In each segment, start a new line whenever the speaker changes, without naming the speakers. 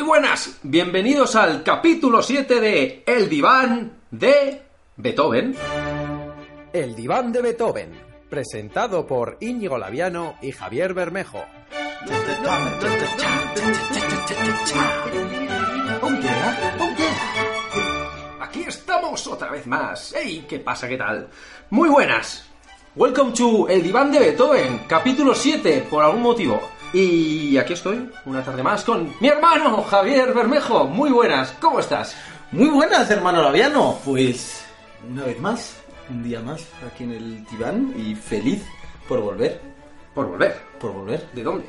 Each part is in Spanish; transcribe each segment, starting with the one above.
buenas, bienvenidos al capítulo 7 de El diván de Beethoven.
El diván de Beethoven, presentado por Íñigo Laviano y Javier Bermejo.
eh? Aquí estamos otra vez más. ¡Ey! ¿Qué pasa? ¿Qué tal? Muy buenas. Welcome to El diván de Beethoven, capítulo 7, por algún motivo. Y aquí estoy, una tarde más, con mi hermano Javier Bermejo. Muy buenas, ¿cómo estás?
Muy buenas, hermano Laviano. Pues una vez más, un día más aquí en el diván y feliz por volver,
Por volver.
por volver,
¿De dónde?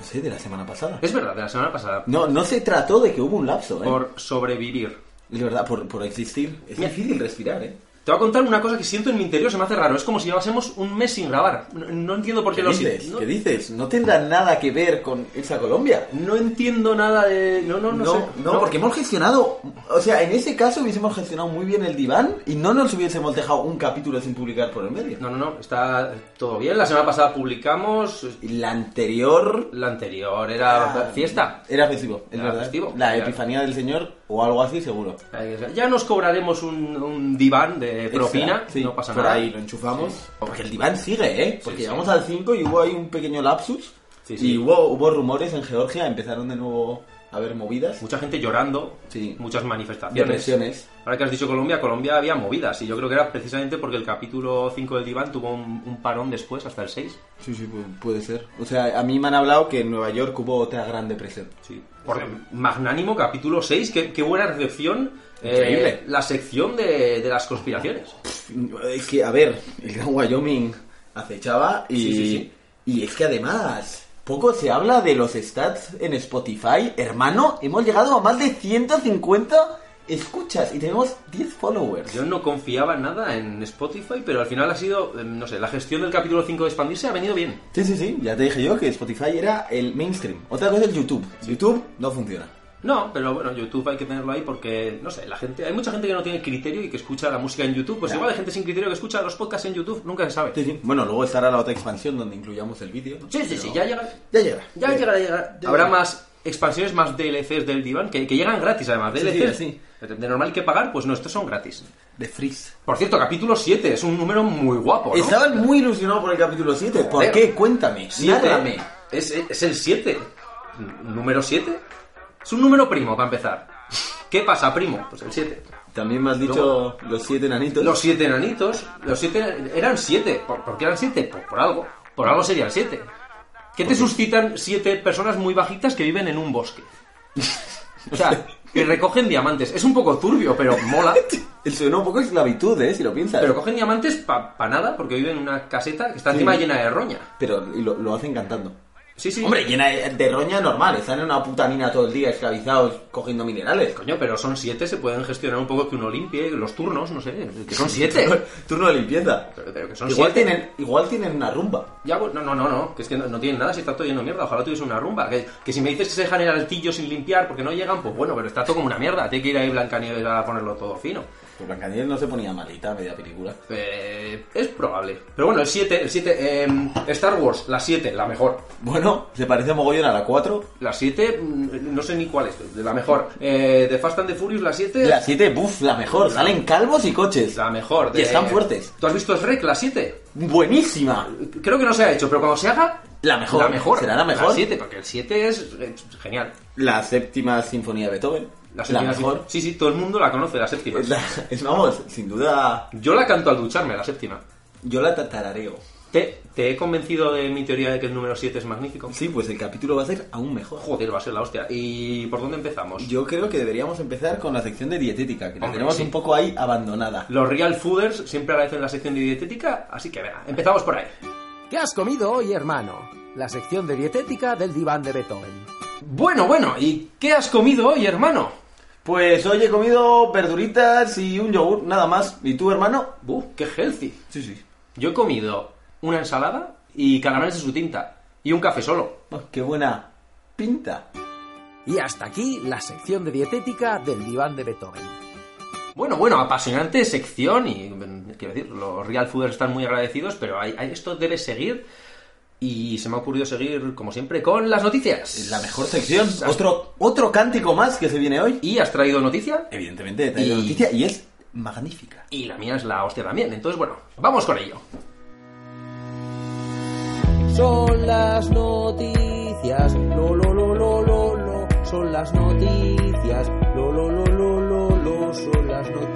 no sé, de la semana pasada.
Es verdad, de la semana pasada.
No, no se trató de que hubo un lapso, ¿eh?
Por sobrevivir.
Es verdad, por, por existir. Es difícil respirar, ¿eh?
Te voy a contar una cosa que siento en mi interior, se me hace raro. Es como si llevásemos un mes sin grabar. No, no entiendo por qué,
¿Qué
lo
dices?
siento.
¿Qué
No,
dices? No tendrá nada que ver con esa Colombia.
no entiendo nada de. No, no, no, sé.
no, porque hemos gestionado, o sea, en ese caso hubiésemos gestionado muy bien el diván y no nos hubiésemos dejado un capítulo sin publicar por el medio.
No, no, no, está todo bien. La semana pasada publicamos.
Y La anterior
La anterior era fiesta.
Ah, Era festivo, es
Era
verdad.
festivo.
La
Era-
Epifanía del Señor o algo así, seguro.
Ya nos cobraremos un, un diván de propina.
Extra, sí.
no pasa
Por
nada.
ahí lo enchufamos.
Sí.
Porque el diván sigue, ¿eh? Porque
Sí, sí.
llegamos al 5 y hubo ahí un pequeño lapsus.
Sí, sí.
Y hubo, hubo rumores en Georgia, empezaron de nuevo a haber movidas.
Mucha gente llorando.
Sí.
Muchas manifestaciones.
Depresiones.
Ahora que has dicho Colombia, Colombia había movidas. Y yo creo que era precisamente porque el capítulo 5 del diván tuvo un, un parón después, hasta el 6.
Sí, sí, pu- puede ser. O sea, a mí me han hablado que en Nueva York hubo otra gran depresión.
Sí. Por Magnánimo capítulo 6, qué, qué buena recepción. eh,
Increíble.
la sección de, de las conspiraciones.
Es que, a ver, el Gran Wyoming acechaba y,
Sí, sí, sí.
y es que además poco se habla de los stats en Spotify. Hermano, hemos llegado a más de 150 escuchas y tenemos 10 followers.
Yo no confiaba nada en Spotify, pero al final ha sido, eh, no sé, la gestión del capítulo 5 de expandirse ha venido bien.
Sí, sí, sí, ya te dije yo que Spotify era el mainstream. Otra cosa es YouTube. YouTube no funciona.
No, pero bueno, YouTube hay que tenerlo ahí porque, no sé, la gente, hay mucha gente que no tiene criterio y que escucha la música en YouTube. Pues
Claro.
igual hay gente sin criterio que escucha los podcasts en YouTube, nunca se sabe.
Sí, sí. Bueno, luego estará la otra expansión donde incluyamos el vídeo. ¿no?
Sí, sí, sí,
Pero-
ya llegará.
Ya llega.
Ya llegará, llegará.
Ya
Habrá
llegará.
más expansiones, más DLCs del diván, que, que llegan gratis además.
Sí, sí,
DLCs,
sí.
de normal hay que pagar, pues no, estos son gratis.
De Freeze.
Por cierto, capítulo 7 es un número muy guapo, ¿no?
Estabas muy ilusionado por el capítulo 7. ¿Por
Joder.
qué? Cuéntame.
Siete.
Nárrame.
Es, es el 7. ¿Número 7? Es un número primo, para empezar. ¿Qué pasa, primo? Pues el 7.
También me has dicho los siete enanitos.
Los 7 enanitos, los 7 eran 7. ¿Por, por qué eran 7? Por, por algo. Por algo serían 7. ¿Qué te suscitan 7 personas muy bajitas que viven en un bosque? O sea, que recogen diamantes. Es un poco turbio, pero mola.
El suena un poco esclavitud, ¿eh? Si lo piensas.
Pero cogen diamantes para nada, porque viven en una caseta que está
Sí.
encima llena de roña.
Pero lo, lo hacen cantando.
Sí, sí.
Hombre, llena de, de roña normal. Están en una puta mina todo el día esclavizados cogiendo minerales.
Coño, pero son siete, se pueden gestionar un poco que uno limpie, los turnos, no sé, que son siete.
Turno de limpieza.
pero, pero que son
Igual
siete.
tienen, igual tienen una rumba.
Ya, bueno, no, no, no, que es que no, no tienen nada, si está todo lleno de mierda, ojalá tuviese una rumba. Que, que si me dices que se dejan el altillo sin limpiar porque no llegan, pues bueno, pero está todo como una mierda, tiene que ir ahí Blancanieves a ponerlo todo fino.
Pues Blancanieves no se ponía malita a media película.
Eh, es probable. Pero bueno, el 7, el 7, Star Wars, la 7, la mejor.
Bueno, se parece mogollón a la 4.
La 7, mm, no sé ni cuál es, la mejor. Eh, de Fast and the Furious, la 7,
La 7, buf, la mejor. Salen calvos y coches.
la mejor.
Y están fuertes.
¿Tú has visto Shrek, la 7?
Buenísima.
Creo que no se ha hecho, pero cuando se haga,
La mejor.
La mejor.
Será la mejor.
La 7, porque el 7 es, es genial.
La séptima sinfonía de Beethoven.
La, séptima es-
mejor.
Sí, sí, todo el mundo la conoce, la séptima.
Es la- es- vamos, sin duda,
Yo la canto al ducharme, la séptima.
yo la tatarareo.
¿Te, te he convencido de mi teoría de que el número 7 es magnífico?
Sí, pues el capítulo va a ser aún mejor.
Joder, va a ser la hostia. ¿Y por dónde empezamos?
Yo creo que deberíamos empezar con la sección de dietética, que la
Hombre,
tenemos
sí.
un poco ahí abandonada.
Los real fooders siempre agradecen la sección de dietética, así que venga, empezamos por ahí.
¿Qué has comido hoy, hermano? La sección de dietética del diván de Beethoven.
Bueno, bueno, ¿y qué has comido hoy, hermano?
Pues hoy he comido verduritas y un yogur, nada más. ¿Y tú, hermano?
Uh, qué healthy.
Sí, sí.
Yo he comido una ensalada y calamares de su tinta. Y un café solo.
Oh, qué buena pinta.
Y hasta aquí la sección de dietética del diván de Beethoven.
Bueno, bueno, apasionante sección y mm, quiero decir, los real fooders están muy agradecidos, pero hay- hay- esto debe seguir Y se me ha ocurrido seguir, como siempre, con las noticias.
La mejor sección. Otro, otro cántico más que se viene hoy.
¿Y has traído noticia?
Evidentemente, he traído
Y-
noticia y es magnífica.
Y la mía es la hostia también. Entonces, bueno, vamos con ello.
Son las noticias, lo lo lo lo lo lo, son las noticias, lo lo lo lo lo lo, son las noticias.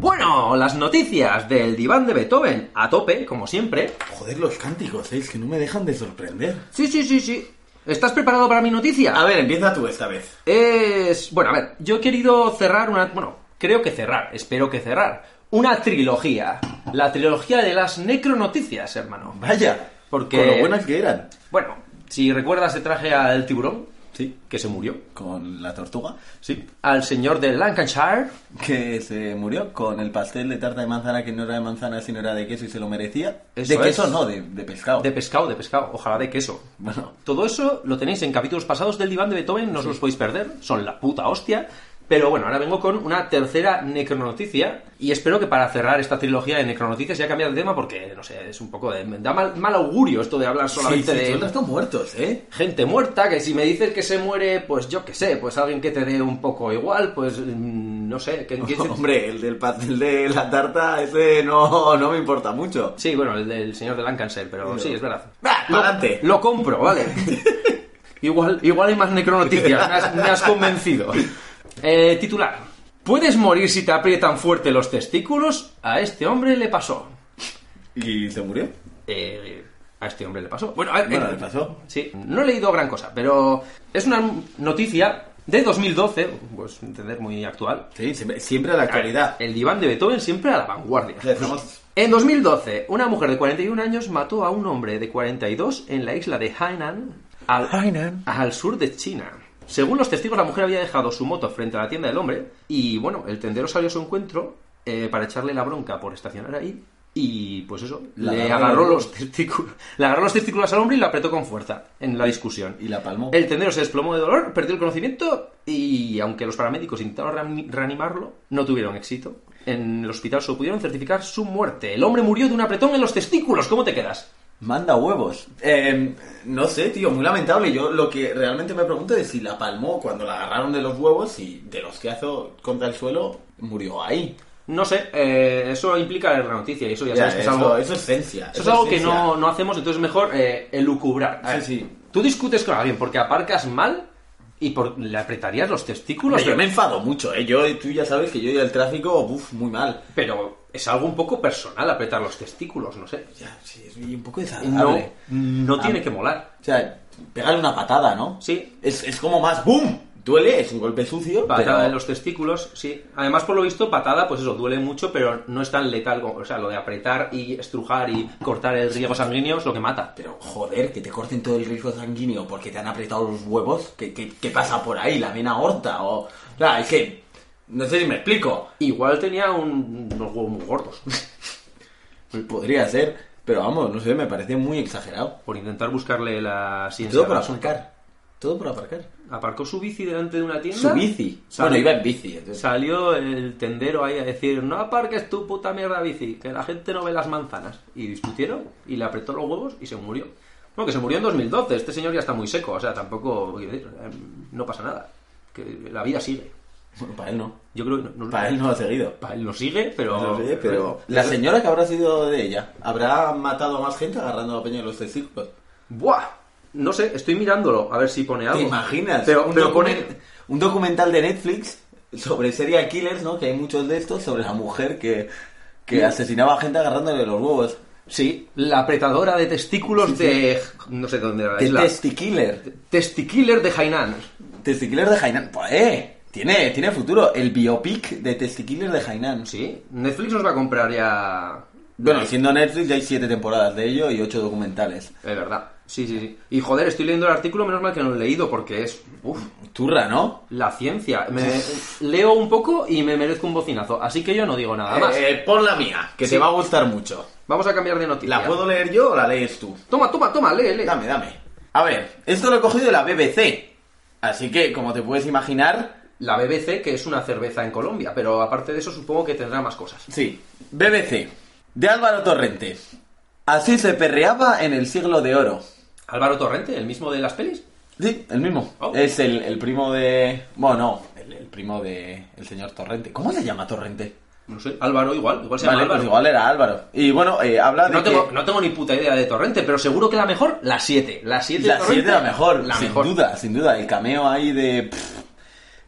Bueno, las noticias del diván de Beethoven a tope, como siempre.
Joder, los cánticos, ¿eh? es que no me dejan de sorprender.
Sí, sí, sí, sí. ¿Estás preparado para mi noticia?
A ver, empieza tú esta vez.
Es. Bueno, a ver, yo he querido cerrar una. Bueno, creo que cerrar, espero que cerrar. Una trilogía. La trilogía de las necronoticias, hermano.
Vaya,
Porque-
con lo buenas que eran.
Bueno, si recuerdas, te traje al tiburón,
Sí,
que se murió.
con la tortuga.
Sí. Al señor de Lancashire.
Que se murió con el pastel de tarta de manzana que no era de manzana sino era de queso y se lo merecía.
Eso
de queso
es.
no, de, de pescado.
De pescado, de pescado. Ojalá de queso.
Bueno,
Todo eso lo tenéis en capítulos pasados del diván de Beethoven, no os los podéis perder, son la puta hostia. Pero bueno, ahora vengo con una tercera necronoticia y espero que para cerrar esta trilogía de necronoticias ya cambiado de tema porque, no sé, es un poco de... da mal, mal augurio esto de hablar solamente
sí, sí,
de
solo están muertos, ¿eh?
gente muerta, que si me dices que se muere, pues yo qué sé, pues alguien que te dé un poco igual, pues mm, no sé, que... que-
Hombre, el del pastel de la tarta, ese no, no me importa mucho.
Sí, bueno, el del señor de Lancaster, pero sí, es verdad.
Va,
Lo-
pa'lante.
Lo, compro, vale. igual, igual hay más necronoticias, me has, me has convencido. Eh, titular. ¿Puedes morir si te aprietan fuerte los testículos? A este hombre le pasó.
¿Y se murió?
Eh, a este hombre le pasó. Bueno, a ver,
Bueno,
eh,
le pasó.
Sí, no he leído gran cosa, pero es una noticia de 2012, pues entender muy actual.
Sí, siempre, siempre a la actualidad.
El diván de Beethoven siempre a la vanguardia.
O sea, estamos-
En 2012, una mujer de 41 años mató a un hombre de 42 en la isla de Hainan, al,
Hainan.
al sur de China. Según los testigos, la mujer había dejado su moto frente a la tienda del hombre y, bueno, el tendero salió a su encuentro eh, para echarle la bronca por estacionar ahí y, pues eso,
La
le
agarró.
agarró los testículos, le agarró los testículos al hombre y lo apretó con fuerza en la discusión.
Y la palmó.
El tendero se desplomó de dolor, perdió el conocimiento y, aunque los paramédicos intentaron reani- reanimarlo, no tuvieron éxito. En el hospital solo pudieron certificar su muerte. El hombre murió de un apretón en los testículos. ¿Cómo te quedas?
Manda huevos. Eh, no sé, tío, muy lamentable. Yo lo que realmente me pregunto es si la palmó cuando la agarraron de los huevos y de los que hizo contra el suelo murió ahí.
No sé, eh, eso implica la noticia y eso ya,
Ya,
sabes que
eso,
es algo,
eso es ciencia.
eso es algo que
ciencia.
no, no hacemos, entonces mejor eh, elucubrar. A
Sí,
ver,
sí.
Tú discutes con alguien porque aparcas mal y por, le apretarías los testículos.
Hombre, yo me enfado mucho, ¿eh? Yo, tú ya sabes que yo y el tráfico, uff, muy mal.
Pero es algo un poco personal apretar los testículos, no sé.
Ya, sí, es un poco
No,
desagradable.
no tiene
Ah.
que molar.
O sea, pegarle una patada, ¿no?
Sí.
Es, es como más ¡boom! Duele, es un golpe sucio,
Patada
pero...
en los testículos, sí. Además, por lo visto, patada, pues eso, duele mucho, pero no es tan letal. como- O sea, lo de apretar y estrujar y cortar el riego sanguíneo es lo que mata.
Pero joder, que te corten todo el riesgo sanguíneo porque te han apretado los huevos. ¿Qué, qué- qué pasa por ahí? ¿La vena aorta? O... Claro, es que... No sé si me explico.
Igual tenía un- unos huevos muy gordos.
Pues podría ser, pero vamos, no sé, me parece muy exagerado.
Por intentar buscarle la ciencia.
Todo por
al asunto.
aparcar. Todo por aparcar.
Aparcó su bici delante de una tienda.
Su bici.
Sal-
Bueno, iba en bici. entonces-
Salió el tendero ahí a decir: No aparques tu puta mierda bici, que la gente no ve las manzanas. Y discutieron y le apretó los huevos y se murió. Bueno, que se murió en 2012. Este señor ya está muy seco, o sea, tampoco. quiero decir, eh, no pasa nada. Que la vida sigue.
Bueno, para él no.
Yo creo que no, no-
Para él no ha seguido.
para él no sigue, pero.
No sé, pero la señora que habrá sido de ella, ¿habrá matado a más gente agarrando la peña de los testículos?
¡Buah! No sé, estoy mirándolo a ver si pone algo.
¿Te imaginas?
Pero,
un,
pero
documen-
pone.
un documental de Netflix sobre serial killers, ¿no? Que hay muchos de estos, sobre la mujer que, que asesinaba a gente agarrándole los huevos.
Sí, la apretadora de testículos de. No sé dónde era la
The
isla.
Testy Killer.
Testikiller de Hainan.
Testy Killer de Hainan. Pues, eh, tiene, tiene futuro. El biopic de Testy Killer de Hainan.
Sí, Netflix nos va a comprar ya.
Bueno, siendo Netflix ya hay siete temporadas de ello y ocho documentales.
Es verdad. Sí, sí, sí. Y joder, estoy leyendo el artículo, menos mal que no lo he leído porque es. Uf,
Turra, ¿no?
la ciencia. Me- leo un poco y me merezco un bocinazo. Así que yo no digo nada más.
Eh, pon la mía, que
Sí.
te va a gustar mucho.
Vamos a cambiar de noticia.
¿La puedo leer yo o la lees tú?
Toma, toma, toma, lee, lee.
Dame, dame. A ver, esto lo he cogido de la BBC. Así que, como te puedes imaginar,
la BBC, que es una cerveza en Colombia, pero aparte de eso supongo que tendrá más cosas.
Sí, BBC, de Álvaro Torrente. Así se perreaba en el siglo de oro.
Álvaro Torrente, el mismo de las pelis.
Sí, el mismo.
Oh.
Es el, el primo de... Bueno, no, el, el primo de el señor Torrente. ¿Cómo se llama Torrente?
No sé, Álvaro igual, igual se
Vale,
llama
pues
Álvaro.
igual era Álvaro. Y bueno, eh, habla de
No tengo,
que
no tengo ni puta idea de Torrente, pero seguro que la mejor, la 7. La 7
la 7 la mejor,
La
sin
mejor.
duda, sin duda. El cameo ahí de... pff.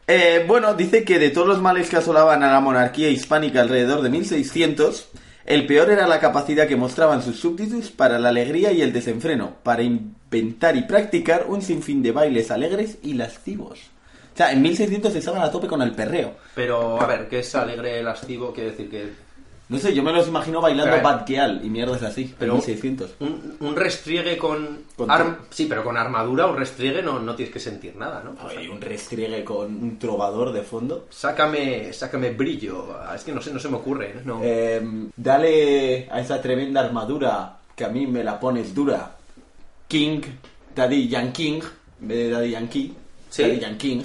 Eh, bueno, dice que de todos los males que asolaban a la monarquía hispánica alrededor de 1600, el peor era la capacidad que mostraban sus súbditos para la alegría y el desenfreno, para inventar y practicar un sinfín de bailes alegres y lascivos. O sea, en 1600 estaban a tope con el perreo.
Pero, a ver, que es alegre, lascivo, quiere decir que...
No sé, yo me los imagino bailando
Pero-
Bad Gyal y mierdas así,
Pero-
pero 1600.
Un, un restriegue con...
Con-
arm- Sí, pero con armadura, un restriegue no, no tienes que sentir nada, ¿no? O sea,
Hay un restriegue con un trovador de fondo.
Sácame, sácame brillo. Ah, Es que no sé, no se me ocurre. No.
Em, dale a esa tremenda armadura que a mí me la pones dura. King, Daddy Yanking, en vez de Daddy Yankee,
Sí.
Daddy Yanking,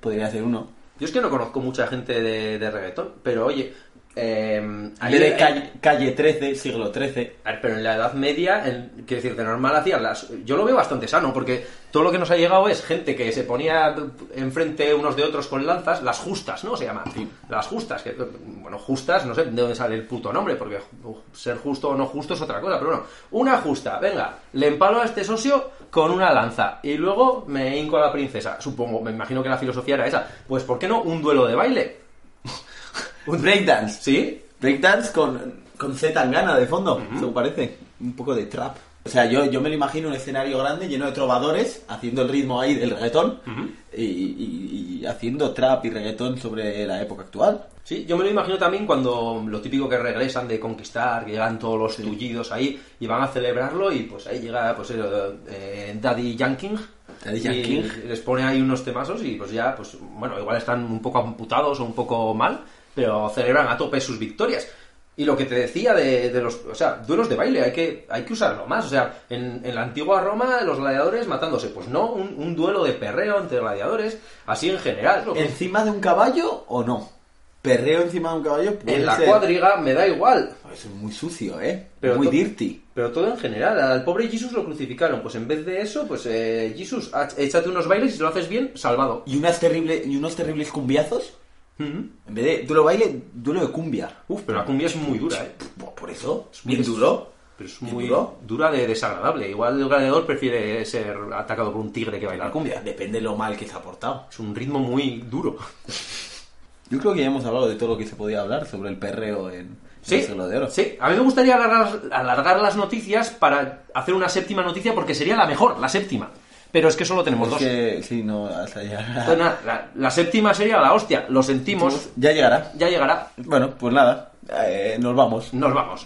podría ser uno.
Yo es que no conozco mucha gente de, de reggaetón, pero oye... eh,
Yo
ayer-
de calle, calle 13, siglo 13.
A ver, eh, pero en la Edad Media, el, quiero decir, de normal hacían las... Yo lo veo bastante sano, porque todo lo que nos ha llegado es gente que se ponía enfrente unos de otros con lanzas, las justas, ¿no? Se llama.
Sí.
Las justas, que, bueno, justas, no sé de dónde sale el puto nombre, porque ju- ser justo o no justo es otra cosa, pero bueno, una justa, venga, le empalo a este socio con una lanza y luego me hinco a la princesa, supongo, me imagino que la filosofía era esa. Pues, ¿por qué no un duelo de baile?
Un breakdance.
¿Sí?
Breakdance con, con Z Tangana de fondo, según parece. Un poco de trap. O sea, yo, yo me lo imagino un escenario grande lleno de trovadores haciendo el ritmo ahí del reggaetón y, y- y haciendo trap y reggaetón sobre la época actual.
Sí, yo me lo imagino también cuando lo típico que regresan de conquistar, que llegan todos los tullidos ahí y van a celebrarlo y pues ahí llega pues eso, eh, Daddy Yanking.
Daddy
y
Yankee.
les pone ahí unos temazos y pues ya, pues bueno, igual están un poco amputados o un poco mal, pero celebran a tope sus victorias. Y lo que te decía de, de los, o sea, duelos de baile, hay que, hay que usarlo más. O sea, en, en la antigua Roma, los gladiadores matándose. Pues no, un, un duelo de perreo entre gladiadores, así en general. ¿no?
¿Encima de un caballo o no? ¿Perreo encima de un caballo? puede
en la
ser.
cuadriga me da igual.
Eso es muy sucio, ¿eh?
Pero
muy
to-
dirty.
Pero todo en general, al pobre Jesus lo crucificaron. Pues en vez de eso, pues eh, Jesus, ha- échate unos bailes y si lo haces bien, salvado.
¿Y, unas terrible, ¿Y unos terribles cumbiazos? En vez de duelo baile, duelo de cumbia.
Uf, pero la cumbia es muy dura, ¿eh?
Buah, Por eso,
Es muy-
bien duro.
Pero es
¿Y
muy
duro?
dura de desagradable. Igual el gladiador prefiere ser atacado por un tigre que bailar cumbia.
Cumbia, depende lo mal que se ha portado.
Es un ritmo muy duro.
Yo creo que ya hemos hablado de todo lo que se podía hablar sobre el perreo en
Sí,
el siglo de oro.
sí. A mí me gustaría alargar, alargar las noticias para hacer una séptima noticia porque sería la mejor, la séptima. Pero es que solo tenemos
Es
dos.
que, sí, no, hasta ya.
Entonces, nada, la, la séptima sería la hostia. Lo sentimos.
Ya llegará.
Ya llegará.
Bueno, pues nada, eh, nos vamos.
Nos vamos.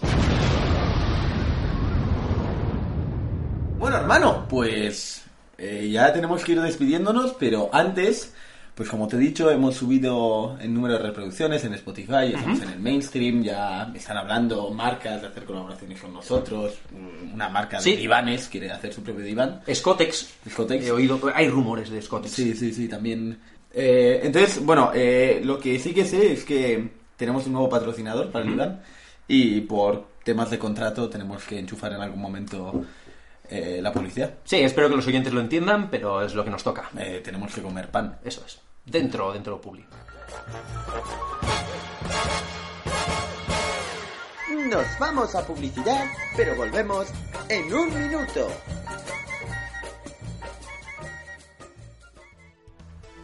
Bueno, hermano, pues eh, ya tenemos que ir despidiéndonos, pero antes, pues como te he dicho, hemos subido el número de reproducciones en Spotify, estamos en el mainstream, ya me están hablando marcas de hacer colaboraciones con nosotros, mm, una marca
Sí.
de divanes quiere hacer su propio diván.
Scotex.
Discotex.
He oído, hay rumores de Scotex.
Sí, sí, sí, también. Eh, entonces, bueno, eh, lo que sí que sé es que tenemos un nuevo patrocinador para el Iván y por temas de contrato tenemos que enchufar en algún momento eh, la publicidad.
Sí, espero que los oyentes lo entiendan, pero es lo que nos toca.
Eh, tenemos que comer pan.
Eso es. Dentro, dentro lo público.
Nos vamos a publicidad, pero volvemos en un minuto.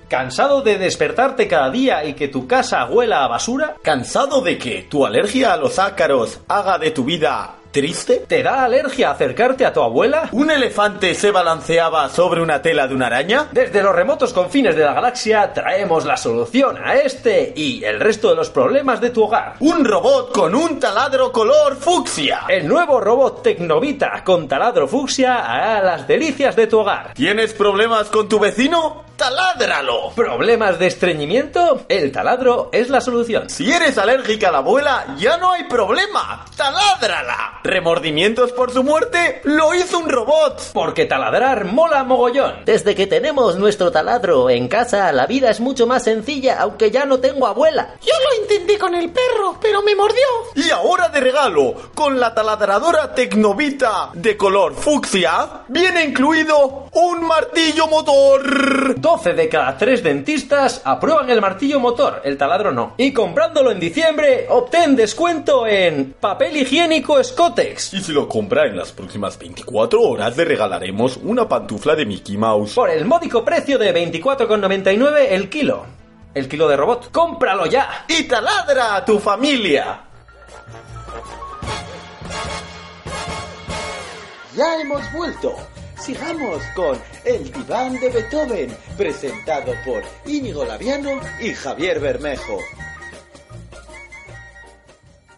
¿Cansado de despertarte cada día y que tu casa huela a basura?
¿Cansado de que tu alergia a los ácaros haga de tu vida triste?
¿Te da alergia acercarte a tu abuela?
¿Un elefante se balanceaba sobre una tela de una araña?
Desde los remotos confines de la galaxia traemos la solución a este y el resto de los problemas de tu hogar.
¿Un robot con un taladro color fucsia?
El nuevo robot Tecnovita con taladro fucsia hará las delicias de tu hogar.
¿Tienes problemas con tu vecino? ¡Taládralo!
¿Problemas de estreñimiento? El taladro es la solución.
Si eres alérgica a la abuela, ya no hay problema. ¡Taládrala! ¿Remordimientos por su muerte? ¡Lo hizo un robot!
Porque taladrar mola mogollón.
Desde que tenemos nuestro taladro en casa, la vida es mucho más sencilla, aunque ya no tengo abuela.
Yo lo intenté con el perro, pero me mordió.
Y ahora de regalo, con la taladradora Tecnovita de color fucsia, viene incluido un martillo motor.
12 de cada 3 dentistas aprueban el martillo motor, el taladro no. Y comprándolo en diciembre, obtén descuento en papel higiénico Scotex.
Y si lo compra en las próximas 24 horas, le regalaremos una pantufla de Mickey Mouse.
Por el módico precio de 24,99 el kilo. El kilo de robot. ¡Cómpralo ya!
¡Y taladra a tu familia!
Ya hemos vuelto. Sigamos con El diván de Beethoven, presentado por Íñigo Laviano y Javier Bermejo.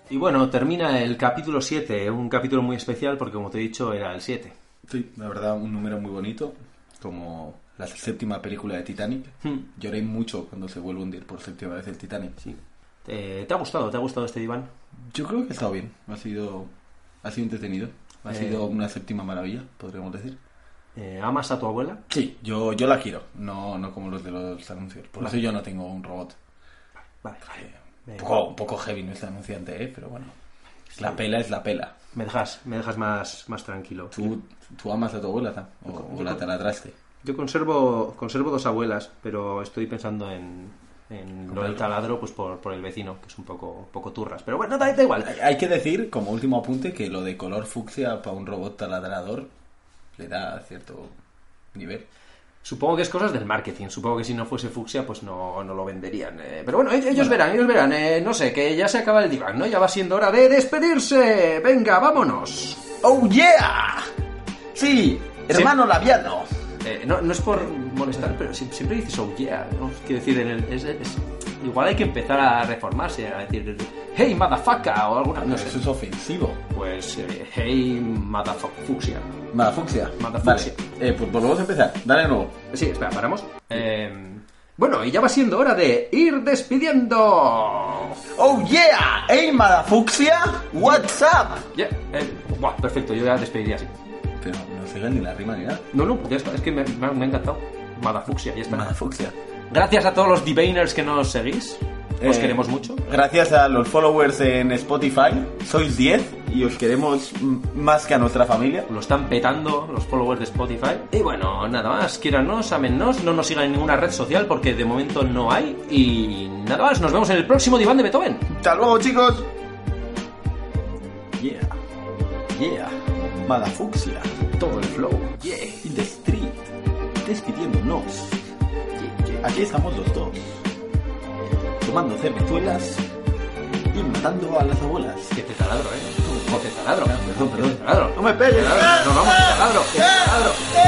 Y bueno, termina el capítulo 7, un capítulo muy especial porque como te he dicho era el 7.
Sí, la verdad, un número muy bonito, como la séptima película de Titanic.
Hmm.
Lloré mucho cuando se vuelve a hundir por séptima vez el Titanic.
Sí. Eh, ¿Te ha gustado? ¿Te ha gustado este diván?
Yo creo que ha estado bien, ha sido, ha sido entretenido, ha
Eh.
sido una séptima maravilla, podríamos decir.
Eh, ¿Amas a tu abuela?
Sí, yo, yo la quiero, no, no como los de los anuncios. Por eso yo no tengo un robot.
Vale.
Un
Eh,
poco, un poco heavy nuestro anunciante, ¿eh? pero bueno. La pela es la pela.
me dejas, me dejas más, más tranquilo.
Tú, tú amas a tu abuela, ¿ta? o, o la taladraste.
Yo conservo, conservo dos abuelas, pero estoy pensando en, en lo del taladro pues por, por el vecino, que es un poco, un poco turras. Pero bueno, da, da igual.
Hay- Hay que decir, como último apunte, que lo de color fucsia para un robot taladrador le da cierto nivel.
Supongo que es cosas del marketing. Supongo que si no fuese fucsia, pues no, no lo venderían. eh. pero bueno, ellos verán, ellos verán. Eh, no sé, que ya se acaba el diván, ¿no? Ya va siendo hora de despedirse. Venga, vámonos.
¡Oh yeah! Sí, hermano Laviano.
Eh, no, no es por molestar, pero sie- siempre dices oh yeah, ¿no? Quiero decir, en el- es- es- igual hay que empezar a reformarse, a decir hey madafaca o alguna
No,
cosa.
eso es ofensivo.
Pues eh, hey madafafuxia.
Madafuxia.
Madafuxia.
Vale, eh, pues volvemos a empezar. Dale de nuevo.
Sí, espera, paramos. Eh, bueno, y ya va siendo hora de ir despidiendo.
¡Oh yeah! ¡Ey, madafuxia! ¡What's up!
Ya, eh, buah, perfecto, yo ya despediría así.
Pero no se gana ni la rima ni nada.
No, no, ya está, es que me, me ha me ha encantado. Madafuxia, ya está.
Madafuxia.
Gracias a todos los diviners que nos seguís. Os
Eh,
queremos mucho.
Gracias a los followers en Spotify, sois 10 y os queremos m- más que a nuestra familia.
lo están petando los followers de Spotify. Y bueno, nada más, quiéranos, amennos, no nos sigan en ninguna red social porque de momento no hay. Y nada más, nos vemos en el próximo diván de Beethoven.
¡Hasta luego, chicos! Yeah. Yeah. Madafuxia.
Todo el flow.
Yeah. In the street. Despidiéndonos. Aquí estamos los dos. Tomando cervezuelas y matando a las abuelas.
Que te taladro, eh. Que te taladro.
Perdón,
Que te
perdón.
taladro.
¡No me pegues!
Nos vamos, que te taladro, que te taladro.